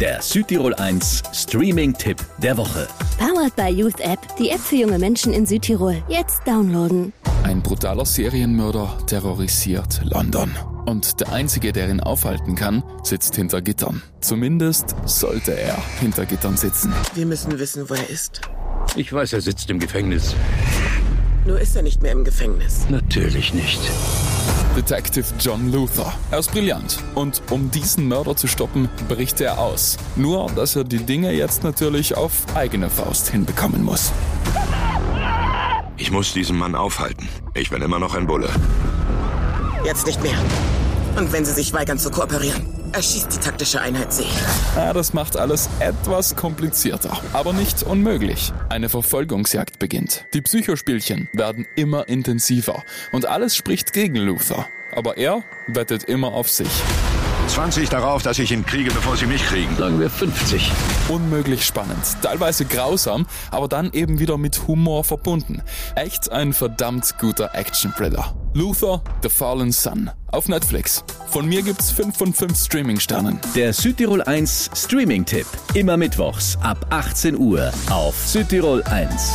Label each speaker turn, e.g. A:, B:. A: Der Südtirol 1 Streaming-Tipp der Woche.
B: Powered by Youth App, die App für junge Menschen in Südtirol. Jetzt downloaden.
C: Ein brutaler Serienmörder terrorisiert London. Und der Einzige, der ihn aufhalten kann, sitzt hinter Gittern. Zumindest sollte er hinter Gittern sitzen.
D: Wir müssen wissen, wo er ist.
E: Ich weiß, er sitzt im Gefängnis.
D: Nur ist er nicht mehr im Gefängnis.
E: Natürlich nicht.
C: Detective John Luther. Er ist brillant. Und um diesen Mörder zu stoppen, bricht er aus. Nur, dass er die Dinge jetzt natürlich auf eigene Faust hinbekommen muss.
F: Ich muss diesen Mann aufhalten. Ich bin immer noch ein Bulle.
D: Jetzt nicht mehr. Und wenn sie sich weigern zu kooperieren, erschießt die taktische Einheit sie.
C: Ah, das macht alles etwas komplizierter, aber nicht unmöglich. Eine Verfolgungsjagd beginnt. Die Psychospielchen werden immer intensiver und alles spricht gegen Luther. Aber er wettet immer auf sich.
F: 20 darauf, dass ich ihn kriege, bevor sie mich kriegen.
E: Sagen wir 50.
C: Unmöglich spannend, teilweise grausam, aber dann eben wieder mit Humor verbunden. Echt ein verdammt guter Action-Thriller. Luther, The Fallen Sun auf Netflix. Von mir gibt's 5 von 5 Streaming-Sternen.
A: Der Südtirol 1 Streaming-Tipp. Immer mittwochs ab 18 Uhr auf Südtirol 1.